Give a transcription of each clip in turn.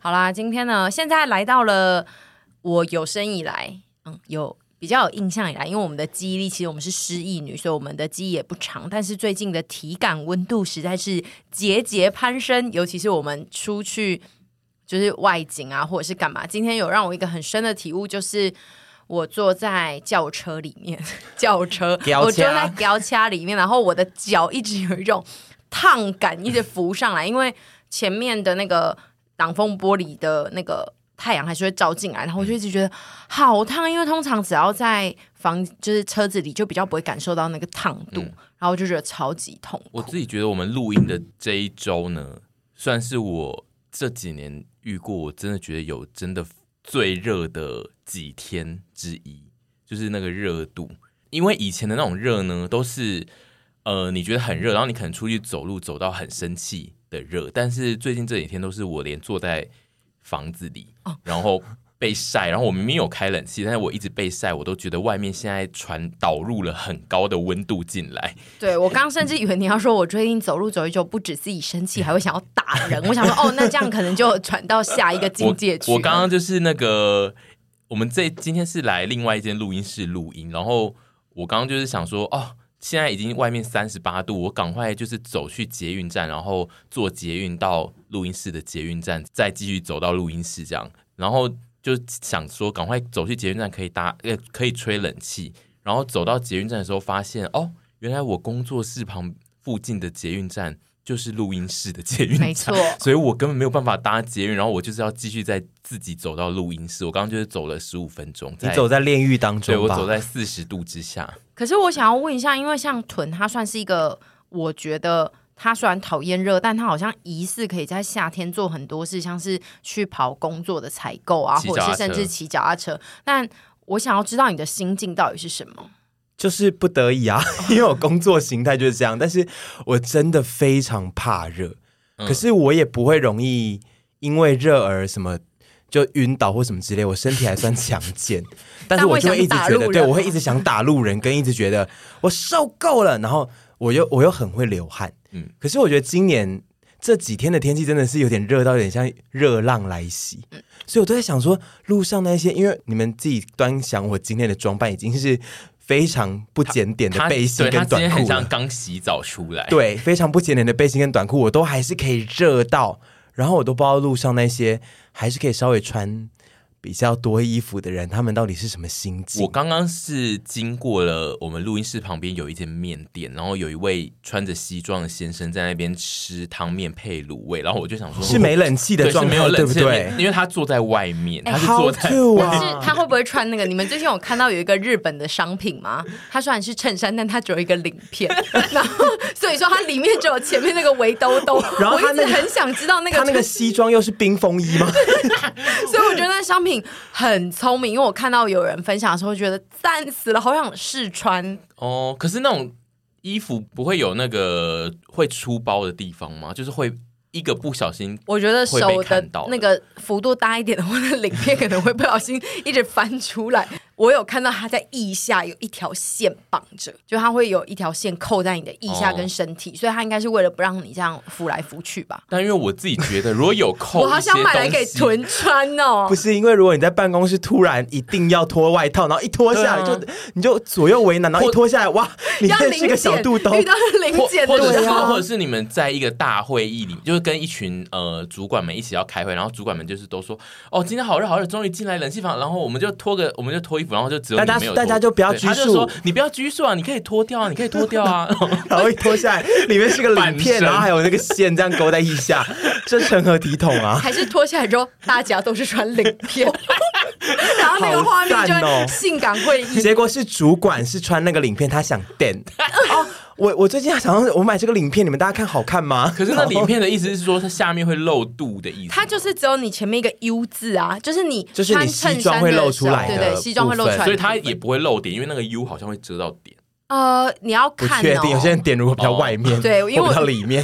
好啦，今天呢，现在来到了我有生以来，嗯，有比较有印象以来，因为我们的记忆力，其实我们是失忆女，所以我们的记忆也不长。但是最近的体感温度实在是节节攀升，尤其是我们出去就是外景啊，或者是干嘛。今天有让我一个很深的体悟，就是。我坐在轿车里面， 轿车，轿我坐车在轿车里面，然后我的脚一直有一种烫感一直浮上来，因为前面的那个挡风玻璃的那个太阳还是会照进来，然后我就一直觉得好烫，因为通常只要在房就是车子里就比较不会感受到那个烫度，然后我就觉得超级痛嗯我苦。自己觉得我们录音的这一周呢，算是我这几年遇过我真的觉得有真的最热的几天之一，就是那个热度。因为以前的那种热呢，都是呃你觉得很热，然后你可能出去走路走到很生气的热，但是最近这几天都是我连坐在房子里，然后被晒，然后我明明有开冷气，但是我一直被晒，我都觉得外面现在传导入了很高的温度进来。对我刚甚至以为你要说我最近走路走一走，不止自己生 气，还会想要打人。我想说哦，那这样可能就传到下一个境界去我。了我刚刚就是那个，我们这今天是来另外一间录音室录音，然后我刚刚就是想说，哦，现在已经外面三十八度，我赶快就是哦走去捷运站，然后坐捷运到录音室的捷运站，再继续走到录音室这样，然后就想说赶快走去捷运站可以搭呃可以吹冷气，然后走到捷运站的时候发现，哦，原来我工作室旁附近的捷运站。就是录音室的捷运站，没错，所以我根本没有办法搭捷运，然后我就是要继续在自己走到录音室。我刚刚就是走了十五分钟，你在走在炼狱当对中我吧？走在四十度之下，可是我想要问一下，因为像屯，它算是一个，我觉得他虽然讨厌热，但他好像疑似可以在夏天做很多事，像是去跑工作的采购啊，骑或脚者踏是甚至车骑脚踏车。但我想要知道你的心境到底是什么？就是不得已啊， 因为我工作形态就是这样。但是我真的非常怕热，可是我也不会容易因为热而什么。就晕倒或什么之类，我身体还算强健，但是我就会一直但会想打路觉得，人对我会一直想打路人，跟一直觉得我受够了，然后我又我又很会流汗，嗯嗯，可是我觉得今年这几天的天气真的是有点热到有点像热浪来袭，所以我都在想说，路上那些，因为你们自己端详我今天的装扮已经是非常不检点的他背心对他跟今短天很裤像了，刚洗澡出来，，对，非常不检点的背心跟短裤，我都还是可以热到，然后我都不知道路上那些还是可以稍微穿比较多衣服的人，他们到底是什么心我境？刚刚是经过了我们录音室旁边有一间面店，然后有一位穿着西装的先生在那边吃汤面配卤味，然后我就想说，是没冷气的对是状没态，有对冷不气的面对？哎因为他坐在外面，他是好坐在 cute 但是啊！他会不会穿那个？你们最近有看到有一个日本的商品吗？它虽然是衬衫，但它只有一个领片， 然后所以说它里面只有前面那个围兜兜。然后我它一直那个很想知道那个他那个西装又是冰风衣吗？ 所以我觉得那商品很聪明，因为我看到有人分享的时候，觉得赞死了，好想试穿。哦，可是那种衣服不会有那个会出包的地方吗？就是会一个不小心我觉得会手被的看到的那个幅度大一点的，我的领片可能会不小心一直翻出来。我有看到它在腋下有一条线绑着，就它会有一条线扣在你的腋下跟身体，所以它应该是为了不让你这样浮来浮去吧。但因为我自己觉得，如果有扣， 我好想买来给。臀穿哦不。是因为如果你在办公室突然一定要脱外套，然后一脱下来就、对你就左右为难，然后一脱下来哇，里啊要面零是个小检，肚兜，遇到零或 检或者对是啊或者是你们在一个大会议里，就是跟一群呃主管们一起要开会，然后主管们就是都说哦今天好热好热，终于进来冷气房，然后我们就脱个我 们就脱衣服，然后就只有大家你没有大家脱就不要对拘他就束说你不要拘束啊，你可以脱掉啊，你可以脱掉 啊。然后一脱下来里面是个鳞半身片，然后还有那个线这样勾在腋下，这成何体统 啊！还是脱下来之后，大家都是穿领片， 然后那个画面就好赞哦会性感会议。结果是主管是穿那个鳞片，他想垫。哦，我我最近想要我买这个鳞片，你们大家看好看吗？可是那里面的意思是说，它下面会露肚的意思吗。它就是只有你前面一个 U 字啊，就是你就是你穿衬西装衫会的露时出候来对的对，西装会露出来的部所分，以它也不会露点，因为那个 U 好像会遮到点。呃，你要不看、哦，哦确定，有些人点如果比较外面，对因为或我比较里面，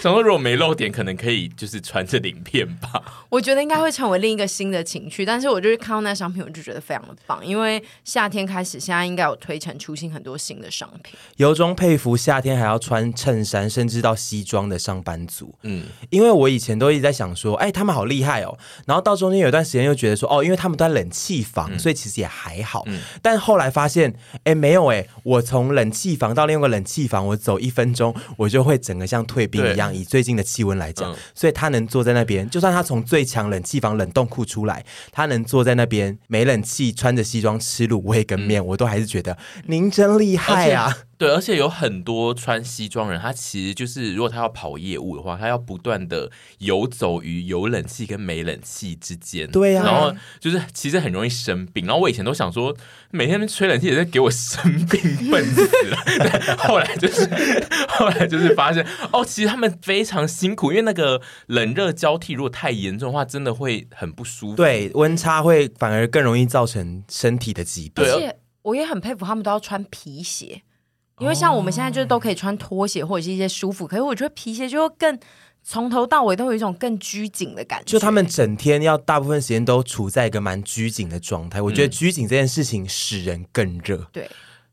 想说如果没露点，可能可以就是穿着鳞片吧。我觉得应该会成为另一个新的情趣，但是我就是看到那商品，我就觉得非常的棒，因为夏天开始，现在应该有推陈出新很多新的商品。由衷佩服夏天还要穿衬衫，甚至到西装的上班族。嗯，因为我以前都一直在想说，哎、他们好厉害哦。然后到中间有一段时间又觉得说，哦，因为他们都在冷气房，嗯所以其实也还好。但后来发现，哎，没有哎，我从冷气房到另外一个冷气房，我走一分钟，我就会整个像退兵一样。以最近的气温来讲，嗯所以他能坐在那边，就算他从最强冷气房冷冻库出来，他能坐在那边没冷气，穿着西装吃卤味跟嗯面，我都还是觉得您真厉害啊！对，而且有很多穿西装人，他其实就是如果他要跑业务的话，他要不断的游走于有冷气跟没冷气之间。对啊呀然后就是其实很容易生病。然后我以前都想说，每天吹冷气也是给我生病，笨死了。但 后来就是后来就是发现，哦，其实他们非常辛苦，因为那个冷热交替如果太严重的话，真的会很不舒服。对，温差会反而更容易造成身体的疾病而对。且我也很佩服他们都要穿皮鞋，因为像我们现在就是都可以穿拖鞋或者是一些舒服，可是我觉得皮鞋就会更从头到尾都有一种更拘谨的感觉。就他们整天要大部分时间都处在一个蛮拘谨的状态，我觉得拘谨这件事情使人更热。对，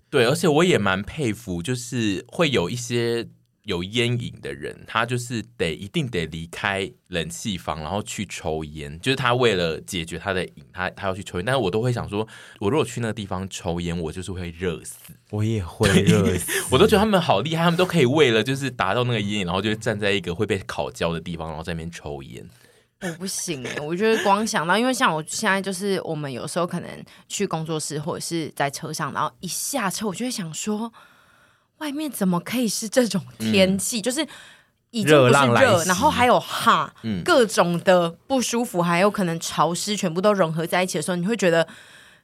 对，而且我也蛮佩服，就是会有一些有烟瘾的人，他就是得一定得离开冷气房，然后去抽烟。就是他为了解决他的瘾，他他要去抽烟。但是我都会想说，我如果去那个地方抽烟，我就是会热死。我也会 热死，我都觉得他们好厉害，他们都可以为了就是达到那个烟瘾，然后就站在一个会被烤焦的地方，然后在那边抽烟。我不行欸、我就是光想到，因为像我现在就是，我们有时候可能去工作室或者是在车上，然后一下车，我就会想说，外面怎么可以是这种天气？就是已经不热是浪来热，袭然后还有哈，各种的不舒服，还有可能潮湿，全部都融合在一起的时候，你会觉得。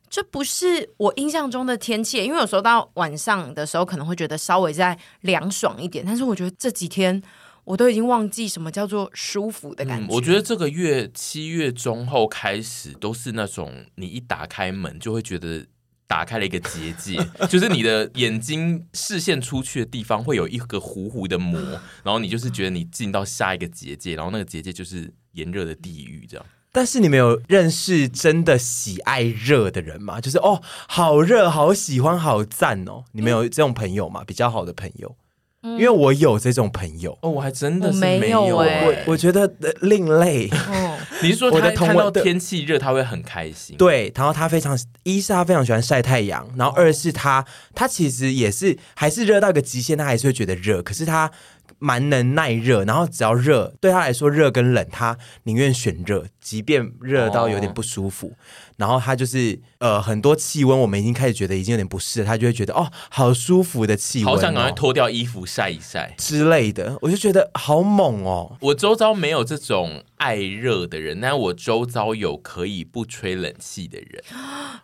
这不是我印象中的天气，欸因为有时候到晚上的时候可能会觉得稍微再凉爽一点，但是我觉得这几天我都已经忘记什么叫做舒服的感觉。嗯，我觉得这个月七月中后开始都是那种你一打开门就会觉得。打开了一个结界，就是你 的眼睛视线出去的地方会有一个糊糊的膜，然后你就是觉得你进到下一个结界，然后那个结界就是炎热的地狱，这样。但是你们有认识真的喜爱热的人吗？就是哦，好热，好喜欢，好赞哦！你们有这种朋友吗？比较好的朋友，因为我有这种朋友，哦，我还真的是我没没有哎、欸我觉得、呃另类。嗯，你是说我他的同看温到对天气热他会很开心？，对，然后他非常，一是他非常喜欢晒太阳，然后二是他他其实也是还是热到一个极限，他还是会觉得热，可是他蛮能耐热，然后只要热对他来说热跟冷，他宁愿选热，即便热到哦有点不舒服，然后他就是呃很多气温我们已经开始觉得已经有点不适了，他就会觉得哦好舒服的气温、好哦，想赶快脱掉衣服晒一晒。之类的，我就觉得好猛哦。我周遭没有这种爱热的人，但我周遭有可以不吹冷气的人。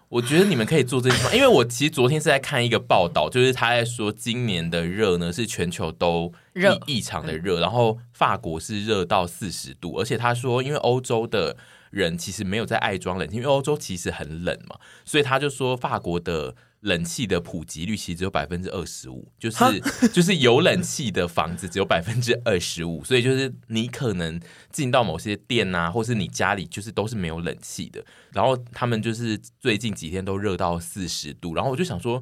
我觉得你们可以做这件事，因为我其实昨天是在看一个报道，就是他在说今年的热呢是全球都热异异常的热，然后法国是热到四十度，而且他说因为欧洲的。人其实没有在爱装冷气，因为欧洲其实很冷嘛，所以他就说法国的冷气的普及率其实只有百分之二十五， 就是就是有冷气的房子只有百分之二十五，所以就是你可能进到某些店啊，或是你家里就是都是没有冷气的。然后他们就是最近几天都热到四十度，然后我就想说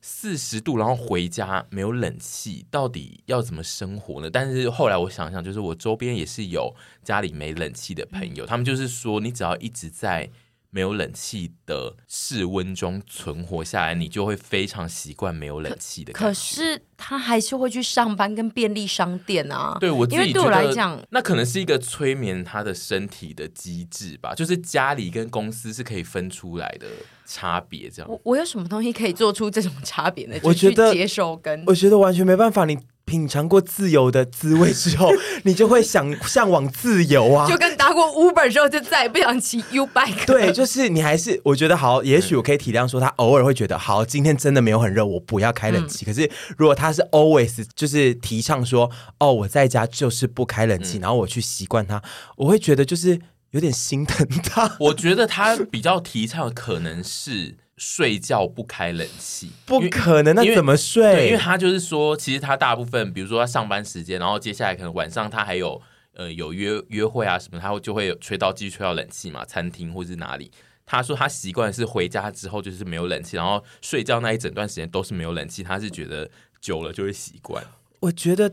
四十度，然后回家没有冷气，到底要怎么生活呢？但是后来我想想，就是我周边也是有家里没冷气的朋嗯友，他们就是说，你只要一直在。没有冷气的室温中存活下来，你就会非常习惯没有冷气的感觉。可是他还是会去上班跟便利商店啊。对我自因为己对觉我来得讲，那可能是一个催眠他的身体的机制吧，就是家里跟公司是可以分出来的差别，这样。我我有什么东西可以做出这种差别呢？我就去觉得接受嗯跟我觉得完全没办法，你品尝过自由的滋味之 后，你就会想向往自由啊，就跟搭过 Uber 之后，就再也不想骑 U bike。 对，就是你还是我觉得好，也许我可以体谅说他偶尔会觉得好，今天真的没有很热，我不要开嗯冷气。可是如果他是 always 就是提倡说哦，我在家就是不开冷嗯气，然后我去习惯它，我 会觉得就是有点心疼他。我觉得他比较提倡的可能是睡觉不开冷气，不可能，因那为怎么对，因为睡？他就是说，其实他大部分，比如说他上班时间，然后接下来可能晚上他还有呃有约约会啊什么，他会就会吹到继续吹到冷气嘛，餐厅或是哪里。他说他习惯是回家之后就是没有冷气，然后睡觉那一整段时间都是没有冷气，他是觉得久了就会习惯。我觉得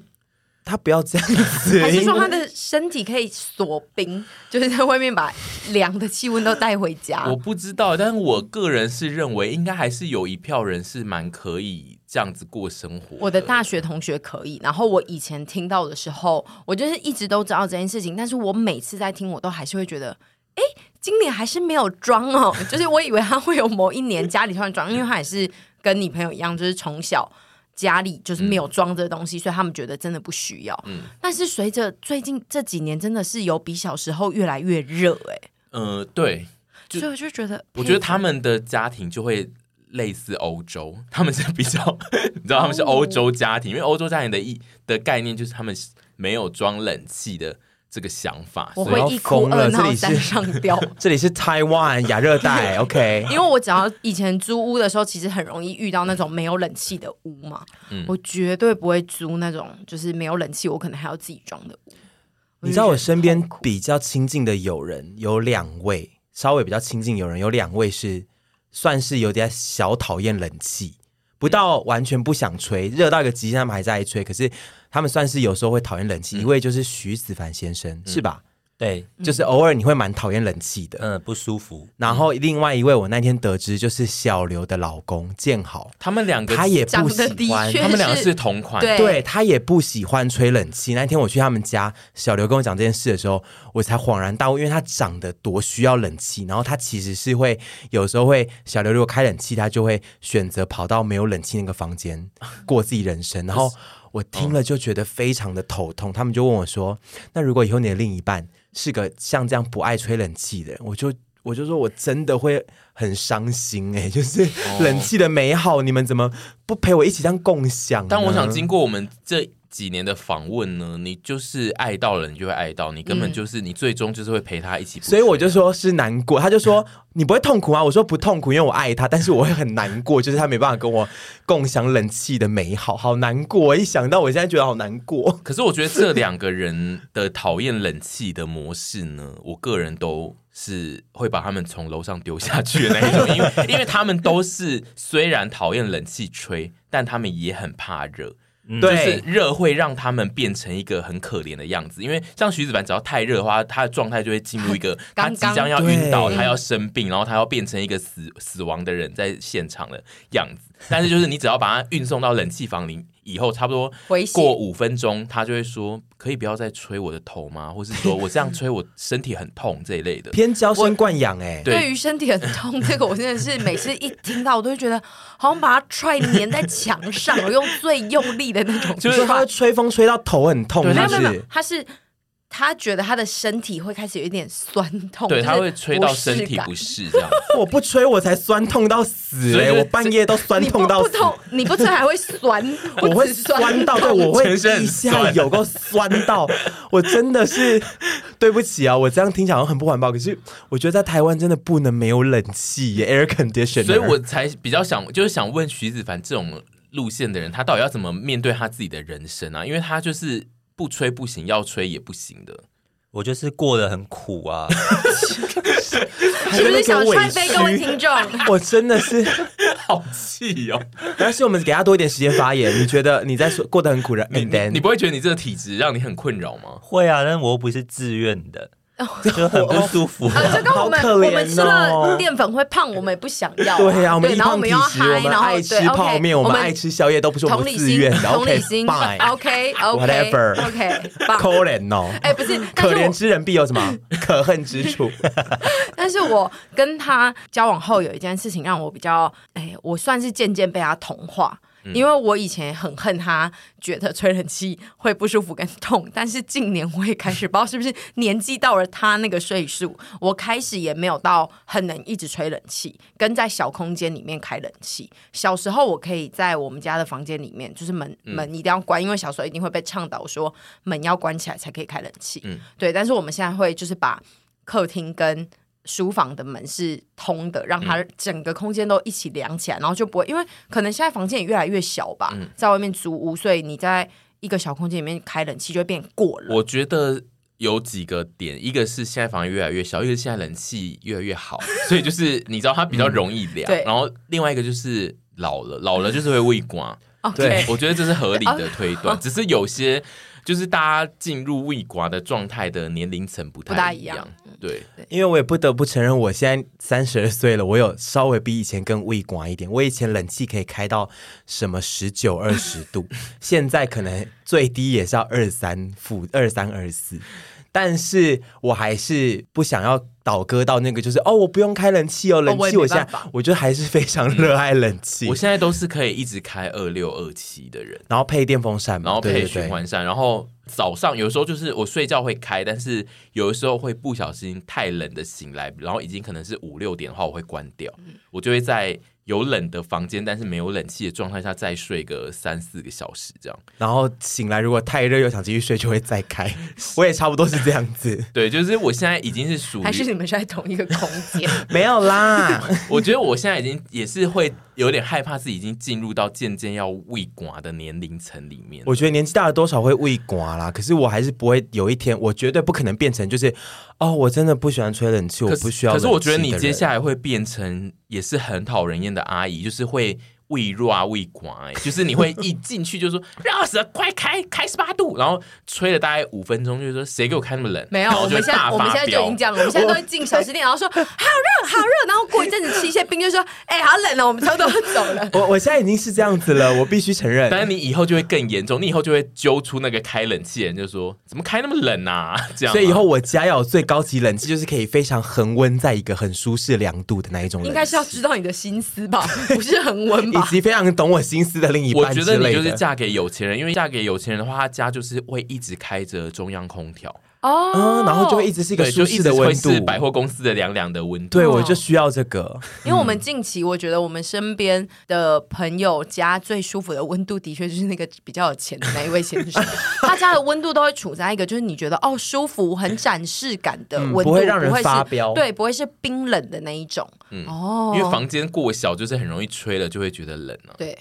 他不要这样子，还是说他因为的身体可以锁冰，就是在外面把凉的气温都带回啊家？我不知道，但是我个人是认为，应该还是有一票人是蛮可以这样子过生活。我的大学同学可以，然后我以前听到的时候，我就是一直都知道这件事情，但是我每次在听，我都还是会觉得，哎，今年还是没有装哦， 就是我以为他会有某一年家里突然装，因为他也是跟你朋友一样，就是从小家里就是没有装这个东西，所以他们觉得真的不需要。嗯但是随着最近这几年，真的是有比小时候越来越热、诶，呃，对，哎，就所以我就觉得，我觉得他们的家庭就会类似欧洲， 他们是比较， 你知道他哦们是欧洲家庭，因为欧洲家庭的意的概念就是他们没有装冷气的这个想法，我所以会一哭我要二疯了这闹里是三上吊。 这里是台湾亚热带，OK，因为我只要以前租屋的时候，其实很容易遇到那种没有冷气的屋嘛，嗯我绝对不会租那种就是没有冷气，我可能还要自己装的屋。你知道我身边我就觉得很痛苦比较亲近的友人有两位，稍微比较亲近友人有两位是算是有点小讨厌冷气，不到完全不想吹，热到一个极限他们还在吹，可是他们算是有时候会讨厌冷嗯气。一位就是徐子凡先生，是吧？嗯对，就是偶尔你会蛮讨厌冷气的。嗯，不舒服。然后另外一位，我那天得知就是小刘的老公建豪，他们两个他也嗯不长得喜欢的确他们两个是是同款，对对他也不喜欢吹冷气。那天我去他们家，小刘跟我讲这件事的时候，我才恍然大悟，因为他长得多需要冷气，然后他其实是会有时候会小刘如果开冷气，他就会选择跑到没有冷气那个 房间过自己人生。然后我听了就觉得非常的头痛，他们就问我说：“那如果以后你的另一半是个像这样不爱吹冷气的人，我就。”我就说，我真的会很伤心哎、就是哦冷气的美好，你们怎么不陪我一起这样共享呢？但我想，经过我们这几年的访问呢，你就是爱到了，你就会爱到，你根嗯本就是、你最终就是会陪他一起不睡。所以我就说是难过，他就说你不会痛苦啊？我说不痛苦，因为我爱他，但是我会很难过，就是他没办法跟我共享冷气的美好，好难过。一想到我现在觉得好难过，可是我觉得这两个人的讨厌冷气的模式呢，我个人都是会把他们从楼上丢下去的那一种，因为因为他们都是虽然讨厌冷气吹，但他们也很怕热。嗯就是 对，热会让他们变成一个很可怜的样子，因为像徐子凡只要太热的话，他的状态就会进入一个他刚刚即将要晕倒，对他要生病，然后他要变成一个死死亡的人在现场的样子。但是就是你只要把他运送到冷气房里以后，差不多回血过五分钟，他就会说可以不要再吹我的头吗？或是说我这样吹我身体很痛这一类的。偏娇生惯养 哎、对对于身体很痛，这个我真的是每次一听到，我都会觉得好像把它踹粘在墙上，我用最用力的那 种你说他踹会吹风吹到头很痛，对是没不有没有没有是？，他是他觉得他的身体会开始有一点酸痛，对，就是他会吹到不适身体感不适这样子。我不吹我才酸痛到死所以哎、就是我半夜都酸你不痛到不死。痛，你不吹还会酸， 我会只酸到，痛对，我会全身很一下酸有够酸到，我真的是对不起啊！我这样听起来好像很不环保，可是我觉得在台湾真的不能没有冷气耶，air conditioner。所以我才比较想，就是想问徐子凡这种路线的人，他到底要怎么面对他自己的人生啊？因为他就是不吹不行，要吹也不行的。我就是过得很苦 啊， 是不是想踹踹飞各位听众？ 我真的是， 好气哦！但是我们给他多一点时间发言。你觉得你在说过得很苦哎的 你？And 你 then，不会觉得你这个体质让你很困扰吗？会啊，但是我又不是自愿的，就很不 舒服啊、呃，就跟我们、好可怜哦我们吃了淀粉会胖，我们也不想要、对啊，我们对，一然后胖我们体又要质，我嗨，们然后爱吃对泡，OK, 面，我们们爱吃宵夜，都不是我同们理自心，愿的。同 OK，理心 fine， ，OK OK Whatever OK，棒 可。怜哦，哎、不是，但可是怜我之人必有什 么可恨之处？但是我跟他交往后有一件事情让我比较，哎、我算是渐渐被他同化。因为我以前很恨他，觉得吹冷气会不舒服跟痛，但是近年我也开始不知道是不是年纪到了他那个岁数，我开始也没有到很能一直吹冷气，跟在小空间里面开冷气。小时候我可以在我们家的房间里面，就是门门一定要关，因为小时候一定会被倡导说门要关起来才可以开冷气。对，但是我们现在会就是把客厅跟书房的门是通的，让它整个空间都一起凉起来，然后就不会，因为可能现在房间也越来越小吧，在外面租屋，所以你在一个小空间里面开冷气就会变过冷。我觉得有几个点，一个是现在房间越来越小，一个是现在冷气越来越好，所以就是你知道它比较容易凉。对然后另外一个就是老了，老了就是会胃刮。哦，对我觉得这是合理的推断，只是有些就是大家进入胃刮的状态的年龄层不不大太一样样。嗯对，因为我也不得不承认，我现在三十二岁了，我有稍微比以前更胃广一点。我以前冷气可以开到什么十九、二十 度，现在可能最低也是要二三负二三二四。但是我还是不想要倒戈到那个，就是哦，我不用开冷气哦，冷我也气没我现在办法嗯我就还是非常热爱冷气我，现在都是可以一直开二六二七的人。然后配电风扇嘛，然后对配对循嗯对环扇，然后早上有时候就是我睡觉会开，但是有的时候会不小心太冷的醒来，然后已经可能是五六点的话，我会关掉，嗯我就会在有冷的房间，但是没有冷气的状态下再睡个三四个小时这样。然后醒来如果太热又想继续睡，就会再 开。我也差不多是这样子，对，就是我现在已经是属还是于，你们是在同一个空间？ 没有啦。我觉得我现在已经也是会有点害怕自己已经进入到渐渐要胃寡的年龄层里面。 我觉得年纪大了多少会胃刮啦，可是我还是不会有一天，我绝对不可能变成就是哦，我真的不喜欢吹冷气，我可是不需要可是我冷气觉得你的接人下来会变成也是很讨人厌的阿姨，就是会胃弱啊胃寡、欸，就是你会一进去就 说热死了，快开开十八度，然后吹了大概五分钟，就是说谁给我开那么冷？没有，然后我就们现在大我们发现在就已经这飙。样了，我们现在都会进小吃店，然后说好热好热，然后过一阵子吃一些冰就说哎、好冷了，我们差不多要走了。我我现在已经是这样子了，我必须承 认。但是你以后就会更严重，你以后就会揪出那个开冷气的人，就说怎么开那么冷啊？这样啊、所以以后我家要有最高级冷气，就是可以非常恒温，在一个很舒适凉度的那一种冷气，应该是要知道你的心思吧，不是恒温以吧？及非常懂我心思的另一我半觉之得你类就是的。嫁给有钱人，因为嫁给有钱人的话，他家就是会一直开着中央空调，哦嗯，然后就会一直是一个对，舒就一适直的温会度是。百货公哦司的凉凉的温度。对，我就需要这个。因为嗯我们近期，我觉得我们身边的朋友家最舒服的温度，的确就是那个比较有钱的那一位先 生，他家的温度都会处在一个就是你觉得哦舒服、很展示感的温度，嗯不会让人不是发飙嗯对，不会是冰冷的那一种。哦，因为房间过小，就是很容易吹了就会觉得冷啊。对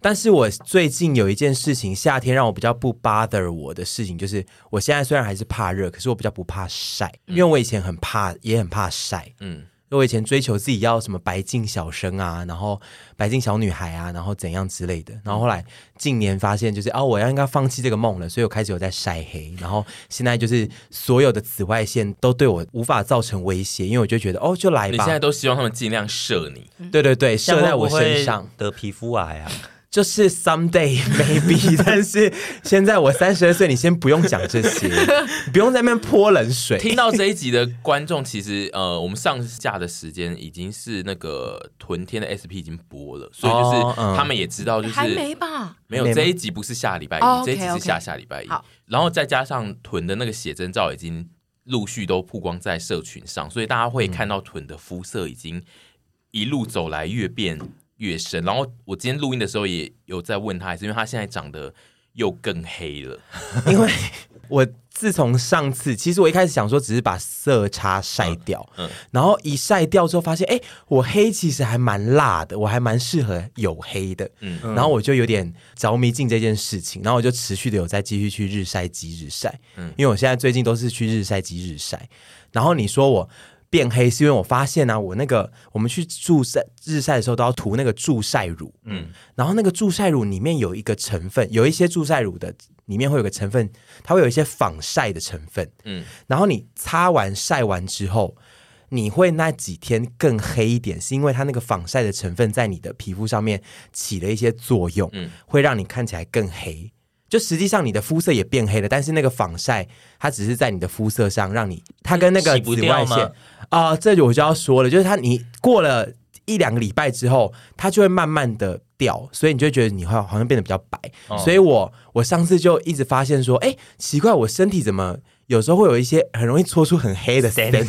但是我最近有一件事情，夏天让我比较不 bother 我的事情，就是我现在虽然还是怕热，可是我比较不怕晒，因为我以前很怕，也很怕晒。嗯，因为我以前追求自己要什么白净小生啊，然后白净小女孩啊，然后怎样之类的。然后后来近年发现，就是啊，我要应该放弃这个梦了，所以我开始有在晒黑。然后现在就是所有的紫外线都对我无法造成威胁，因为我就觉得哦，就来嗯你吧现。在都希望他们尽量射 你，对对对，射在我这样会不身会上。得皮肤癌 啊，就是 someday maybe，但是现在我三十二岁，你先不用讲这些， 你不用在那边泼冷水。听到这一集的观众，其实呃，我们上架的时间已经是那个屯天的 SP 已经播了，所以就哦是嗯他们也知道，就是还没吧？没有没吗这一集不是下礼拜哦一，这一集是 OK，OK 下下礼拜一好。然后再加上屯的那个写真照已经陆续都曝光在社群上，所以大家会看到屯的肤色已经一路走来越变越深。然后我今天录音的时候也有在问他，也是因为他现在长得又更黑了。因为我自从上次，其实我一开始想说只是把色差晒掉，嗯嗯然后一晒掉之后发现，哎、我黑其实还蛮辣的，我还蛮适合黝黑的，嗯然后我就有点着迷进这件事情，然后我就持续的有在继续去日晒机日晒，嗯因为我现在最近都是去日晒机日晒，然后你说我。变黑是因为我发现啊，我那个我们去助晒日晒的时候都要涂那个助晒乳，嗯，然后那个助晒乳里面有一个成分，有一些助晒乳的里面会有个成分，它会有一些防晒的成分。嗯嗯，然后你擦完晒完之后，你会那几天更黑一点，是因为它那个防晒的成分在你的皮肤上面起了一些作用，嗯会让你看起来更黑。就实际上你的肤色也变黑了，但是那个防晒它只是在你的肤色上让你，它跟那个洗不紫掉外吗线啊、这就我就要说了，就是它你过了一两个礼拜之后，它就会慢慢的掉，所以你就会觉得你好好哦像变得比较白。所以我我上次就一直发现说，哎，奇怪，我身体怎么有时候会有一些很容易搓出很黑的 stain。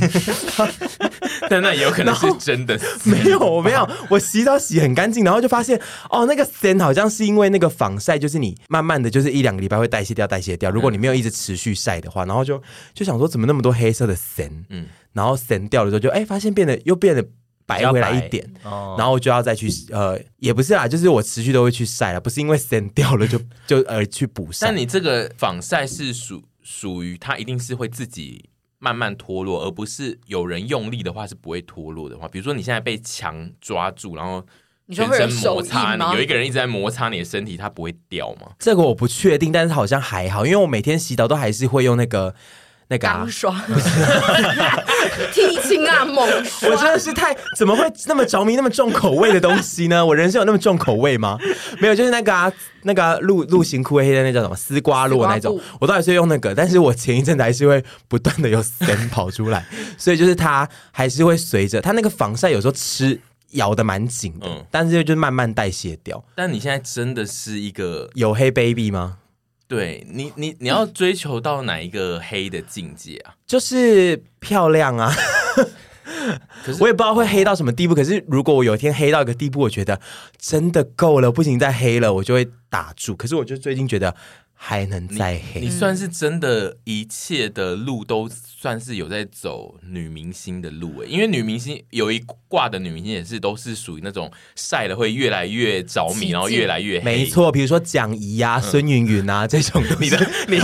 但那也有可能是真的死 没有，我没有，我洗澡洗很干净，然后就发现哦，那个 stain 好像是因为那个防晒，就是你慢慢的就是一两个礼拜会代谢掉，代谢掉。如果你没有一直持续晒的话，然后就就想说怎么那么多黑色的 stain，嗯，然后 stain 掉了之后就哎发现变得又变得白回来一点，哦然后就要再去呃也不是啦，就是我持续都会去晒了，不是因为 stain 掉了就就而去补晒。但你这个防晒是属属于它一定是会自己慢慢脱落，而不是有人用力的话是不会脱落的话。比如说你现在被强抓住，然后你说全会有身人摩手印擦你，吗有一个人一直在摩擦你的身体，它不会掉吗？这个我不确定，但是好像还好，因为我每天洗澡都还是会用那个那个、啊钢。 刷、 踢青啊、猛 我真刷，的是太怎么会那么着迷那么重口味的东西呢？ 我人生有那么重口味吗？没有，就是那个啊，那个啊露露形枯黑的那叫什么丝瓜丝络瓜那种布，我都还是会用那个，但是我前一阵子还是会不断的有森跑 出来，所以就是它还是会随着它那个防晒有时候吃咬的蛮紧的，嗯但是就是慢慢代谢掉。但你现在真的是一个有黑 baby 吗？对你你你要追求到哪一个黑的境界啊？就是漂亮啊。 可是 我也不知道会黑到什么地步，可是如果我有一天黑到一个地步，我觉得真的够了，不行再黑了，我就会打住。可是我就最近觉得还能再你黑，算是真的，一切的路都算是有在走女明星的路诶，欸因为女明星有一挂的女明星也是都是属于那种晒的会越来越着起迷，劲然后越来越黑。没，错，比如说蒋怡啊、孙云云啊这种东 你西，的你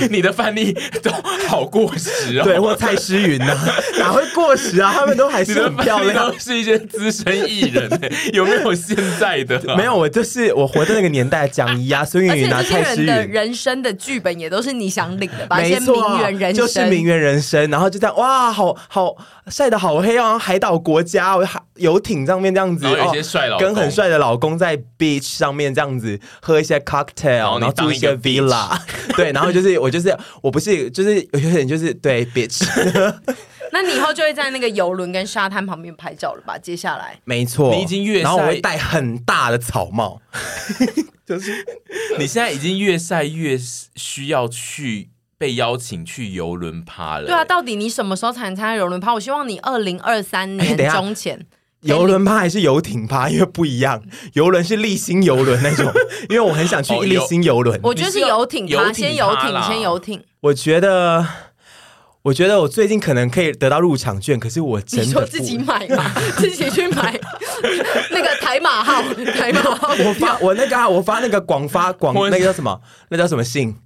你你的范例都好过时哦。对，或蔡诗芸 啊，哪会过时啊？他们都还你是的很漂范例亮都。是一些资深艺人诶， 有没有现在的啊、 没有，我就是我活在那个年代，蒋怡啊、孙而云且云啊、这些蔡诗人的芸。人生的剧本也都是你想领的吧？一没些错，名媛人生，就是名媛人生，然后就这样哇，好好晒的好黑哦，海岛国家哦海游艇上面这样子，然后有一哦些帅老跟公很帅的老公在 beach 上面这样子喝一些 cocktail，然后然你后住当一一些个 villa，对， 然后就是我就是我不是就是有点就是对 bitch，那你以后就会在那个游轮跟沙滩旁边拍照了吧？接下来没错，你已经越然后我晒会戴很大的草帽，就是你现在已经越晒越需要去被邀请去游轮趴了。欸对啊，到底你什么时候才能参加游轮趴？我希望你二零二三哎年等一下中前。游轮趴还是游艇趴，因为不一样，游轮是立新游轮那种，因为我很想去哦立游新游轮，我觉得是你是要游艇游趴，艇先游趴艇，啦先游艇。我觉得，我觉得我最近可能可以得到入场券，可是我真你的说不自己买嘛， 自己去买 那个台马 号，台马号我发我那个、啊、我发那个广 发广我那个叫什么？那叫什么信？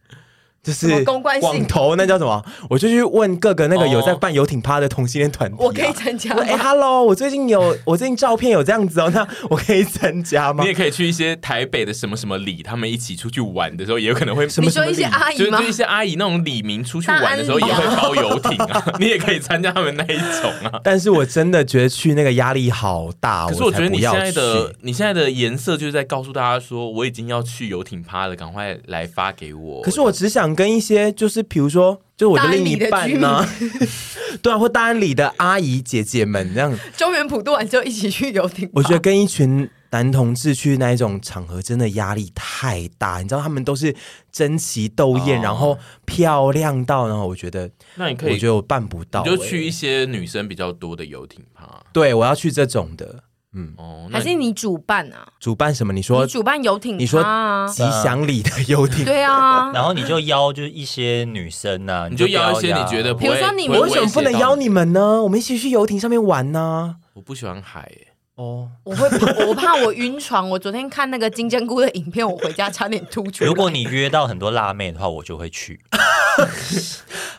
就什是么公关信广投那叫什么？我就去问各个那个有在办游艇趴的同性恋团体、啊，我可以参加我吗说哎、h e l l o 我最近有我最近照片有这样子哦，那 我可以参加吗你也？可以去一些台北的什么什么里，他们一起出去玩的时候，也有可能会么你说一些阿姨就是吗就？一些阿姨那种李明出去玩的时候大也安里啊会包游艇 啊，你也可以参加他们那一种 啊。但是我真的觉得去那个压力好大，可是我觉得才不你现要在的去你现在的颜色就是在告诉大家说，我已经要去游艇趴了，赶快来发给我。可是我只想跟一些就是比如说，就是我的另一大安里的半呢、 对啊，或大安里的阿姨姐姐们这样，中原普渡完之后一起去游艇趴。我觉得跟一群男同志去那一种场合，真的压力太大。你知道他们都是争奇斗艳，哦然后漂亮到，然后我觉得，那你可以我觉得我办不到、你就去一欸些女生比较多的游艇趴对我要去这种的哦。那还是你主办啊？主办什么？你你说主办游艇你说趴啊？吉祥里的游艇，对啊，然后你就邀就是一些女生啊呐、你就不要邀一些你觉得不会，比如说你不会我为什么不能威胁到邀？你们呢？我们一起去游艇上面玩呢、我不喜欢海欸耶。哦，我会怕，我怕我晕船。我昨天看那个金针菇的影片，我回家差点吐出来。 如果你约到很多辣妹的话，我就会去。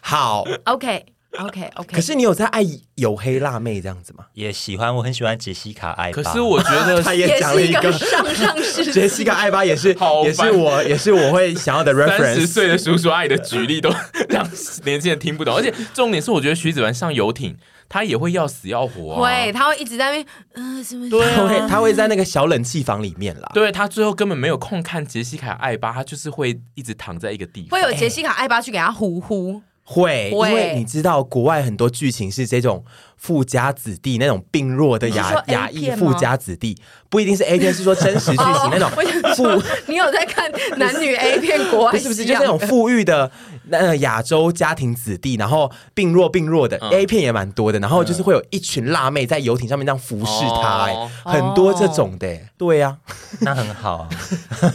好。 OK OK OK，可是你有在爱有黑辣妹这样子吗？也喜欢，我很喜欢杰西卡艾巴。可是我觉得 他也也讲了是一一个个上上世 纪，杰西卡艾巴也是好，烦也是我，也是我会想要的三十 reference。岁的叔叔阿姨的举例都 让年轻人听不懂，而且重点是，我觉得徐子凡上游艇，他也会要死要活、啊，会，，他会一直在那边，呃，什么？对他会啊，他会在那个小冷气房里面啦。对他最后根本没有空看杰西卡艾巴，他就是会一直躺在一个地会方。有杰西卡艾巴去给他呼呼，会，会因为你知道国外很多剧情是这种富家子弟那种病弱的你是亚说 A 亚裔片富吗家子弟，不一定是 A 片，是说真实剧 哦情那种富，你有在看男女 A 片国外不是不是，就是那种富裕的那呃亚洲家庭子弟，然后病弱病弱嗯的、A 片也蛮多的，然后就是会有一群辣妹在游艇上面这样服侍嗯他、哎、哦很多这种的、哎对啊呀、 那很好啊。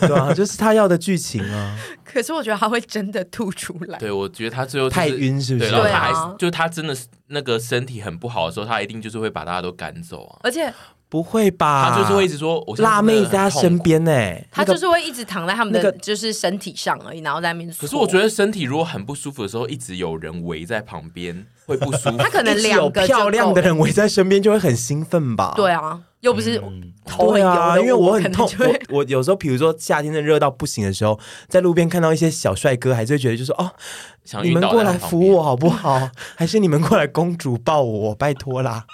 对啊， 就是他要的剧情啊，可是我觉得他会真的吐出来。对，我觉得他最后、就是、太晕是不是对，然后对他啊还是就他真的是那个身体很不好的时候，他一定就是会把大家都赶走啊。而且不会吧？他就是会一直说，我现啊辣妹在他他身。边哎呢、他就是会一直躺在他们那的个就是身体上而已，然后在那边搓。可是我觉得身体如果很不舒服的时候，一直有人围在旁边会不舒服。 他可那能个一直有两个就漂亮够的了，人围在身边就会很兴奋吧？对啊，又不是头很对油的、啊，因为我很痛可， 能就会我我有时候，比如说夏天的热到不行的时候，在路边看到一些小帅哥，还是会觉得就说哦，想你晕们倒在过来他旁扶边我好不好？ 还是你们过来公主抱我，拜托啦。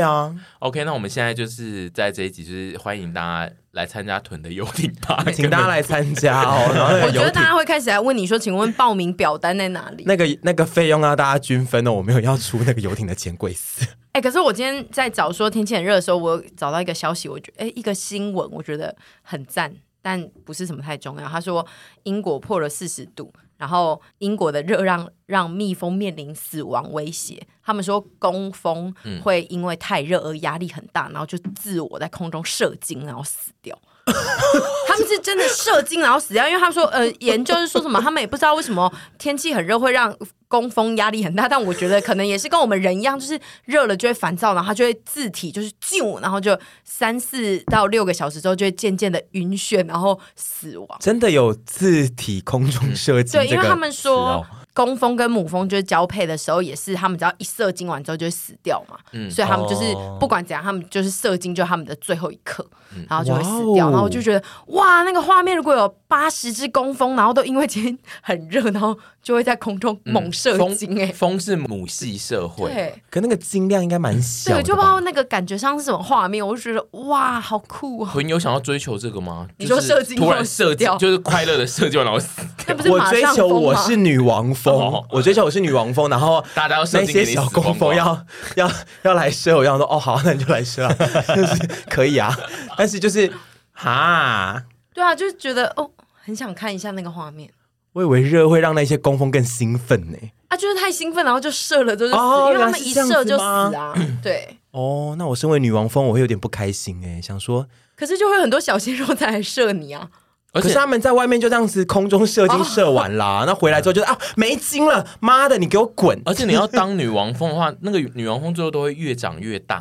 啊， OK，那我们现在就是在这一集，就是欢迎大家来参加屯的游艇吧， 请大家 来参加哦。然后那我个觉游得艇大家会开始来问你说，请问报名表单在哪里？那个那个费用啊，大家均分哦。我没有要出那个游艇的钱，贵死。哎、可是我今天在找说天气很热的时候，我有找到一个消息，我觉得哎、一个新闻，我觉得很赞，但不是什么太重要。他说英国破了四十度，然后英国的热让让蜜蜂面临死亡威胁。他们说工蜂会因为太热而压力很大，然后就自我在空中射精，然后死掉。 他们是真的射精然后死掉，因为他们说，呃，研究是说什么，他们也不知道为什么天气很热会让工蜂压力很大，但我觉得可能也是跟我们人一样，就是热了就会烦躁，然后它就会自体就是啾，然后就三四到六个小时之后就会渐渐的晕眩，然后死亡。真的有字体空嗯中射击、这对，个因为他们词说哦。工蜂跟母蜂就是交配的时候，也是他们只要一射精完之后就会死掉嘛，嗯所以他们就是、哦不管怎样，他们就是射精就是他们的最后一刻，然后就会死哇掉。哦然后我就觉得哇，那个画面如果有八十只工蜂，然后都因为今天很热，然后就会在空中嗯猛射精、哎、风是母系社会，对。可那个精量应该蛮小对，的就不知吧道？那个感觉上是什么画面，我就觉得哇，好酷哦！屯有想要追求这个吗？你就是说射精突后然射死精掉，就是快乐的射精，然后 死掉那不是我马追上求疯我吗是女 王风哦，我追求我是女王风，然后大家要射那啊精给些你小死工光蜂光。要要要来射，我想说哦好，那你就来射、啊， 就是可以啊，但是就是哈，对啊，就是觉得哦，很想看一下那个画面我以为热会让那些工蜂更兴奋呢。啊，就是太兴奋，然后就射了，就是死，哦因为他原来们是一这样射子就死吗啊，对。哦，那我身为女王蜂，我会有点不开心哎，想说，可是就会有很多小鲜肉在来射你啊，而 可且是他们在外面就这样子空中射哦精射完啦，那回来之后就是 啊没精了，妈的，你给我滚！而且你要当女王蜂的话，那个女王蜂最后都会越长越大，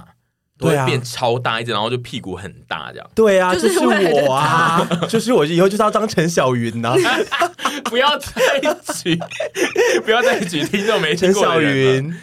都对会啊。变超大一只，然后就屁股很大这样对啊，就是就是为了我啊，就是我以后就是要当陈小云 啊呐、不要再举，不要再举听众没听陈过小的人了。云，